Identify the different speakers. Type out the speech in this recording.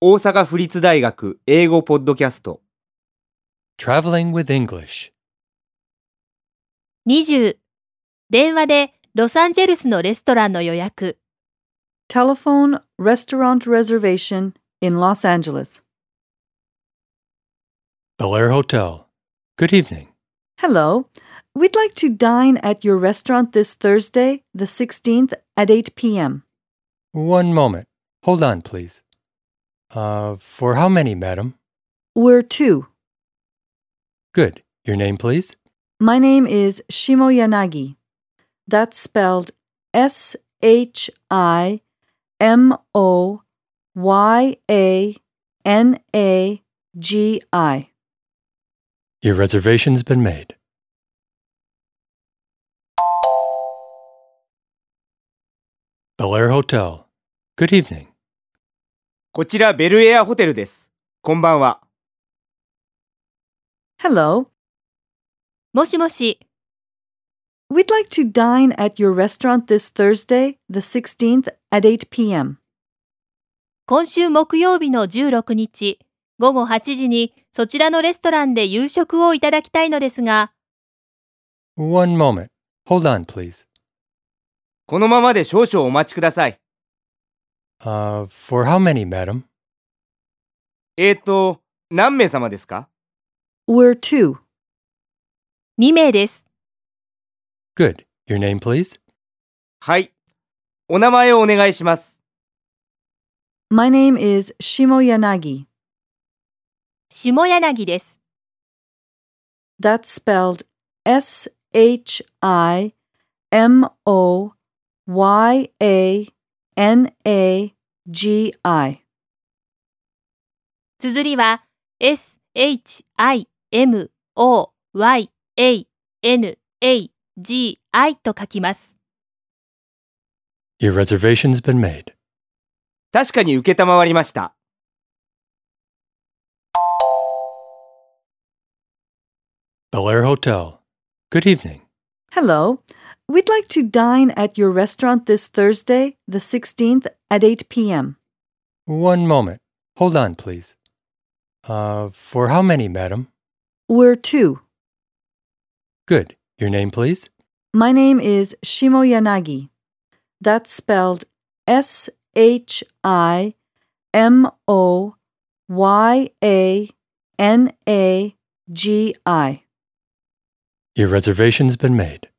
Speaker 1: 大阪府立大学英語ポッドキャスト
Speaker 2: Traveling with English.
Speaker 3: 20電話でロサンゼルスのレストランの予約
Speaker 4: Telephone restaurant reservation in Los Angeles.
Speaker 2: Bel Air Hotel. Good evening.
Speaker 4: Hello. We'd like to dine at your restaurant this Thursday, the 16th at 8 p.m.
Speaker 2: One moment. Hold on, please. Uh, for how many, madam?
Speaker 4: We're two.
Speaker 2: Good. Your name, please?
Speaker 4: My name is Shimo Yanagi. That's spelled S H I M O Y A N A G I.
Speaker 2: Your reservation's been made. Bel Air Hotel. Good evening.
Speaker 1: こちらベルエアホテルですこんばんは
Speaker 4: Hello.
Speaker 3: もしもし
Speaker 4: We'd like to dine at your restaurant this Thursday, the 16th at 8 p.m.
Speaker 3: 今週木曜日の16日午後8時にそちらのレストランで夕食をいただきたいのですが
Speaker 2: One moment. Hold on, please.
Speaker 1: このままで少々お待ちください
Speaker 2: Uh, for how many, madam?
Speaker 1: えーと何名様ですか
Speaker 4: We're two.
Speaker 3: 2名です
Speaker 2: Good. Your name, please?
Speaker 1: はいお名前をお願いします
Speaker 4: My name is Shimo Yanagi.
Speaker 3: 下柳です
Speaker 4: That's spelled S H I M O Y A N A G I.
Speaker 3: 綴りは SHIMOYANAGI と書きます
Speaker 2: Your reservation's been made.
Speaker 1: 確かに承りました
Speaker 2: Bel Air Hotel. Good evening.
Speaker 4: Hello. We'd like to dine at your restaurant this Thursday, the 16th at 8 p.m.
Speaker 2: One moment. Hold on, please. Uh, for how many, madam?
Speaker 4: We're two.
Speaker 2: Good. Your name, please?
Speaker 4: My name is Shimo Yanagi. That's spelled S H I M O Y A N A G I.
Speaker 2: Your reservation's been made.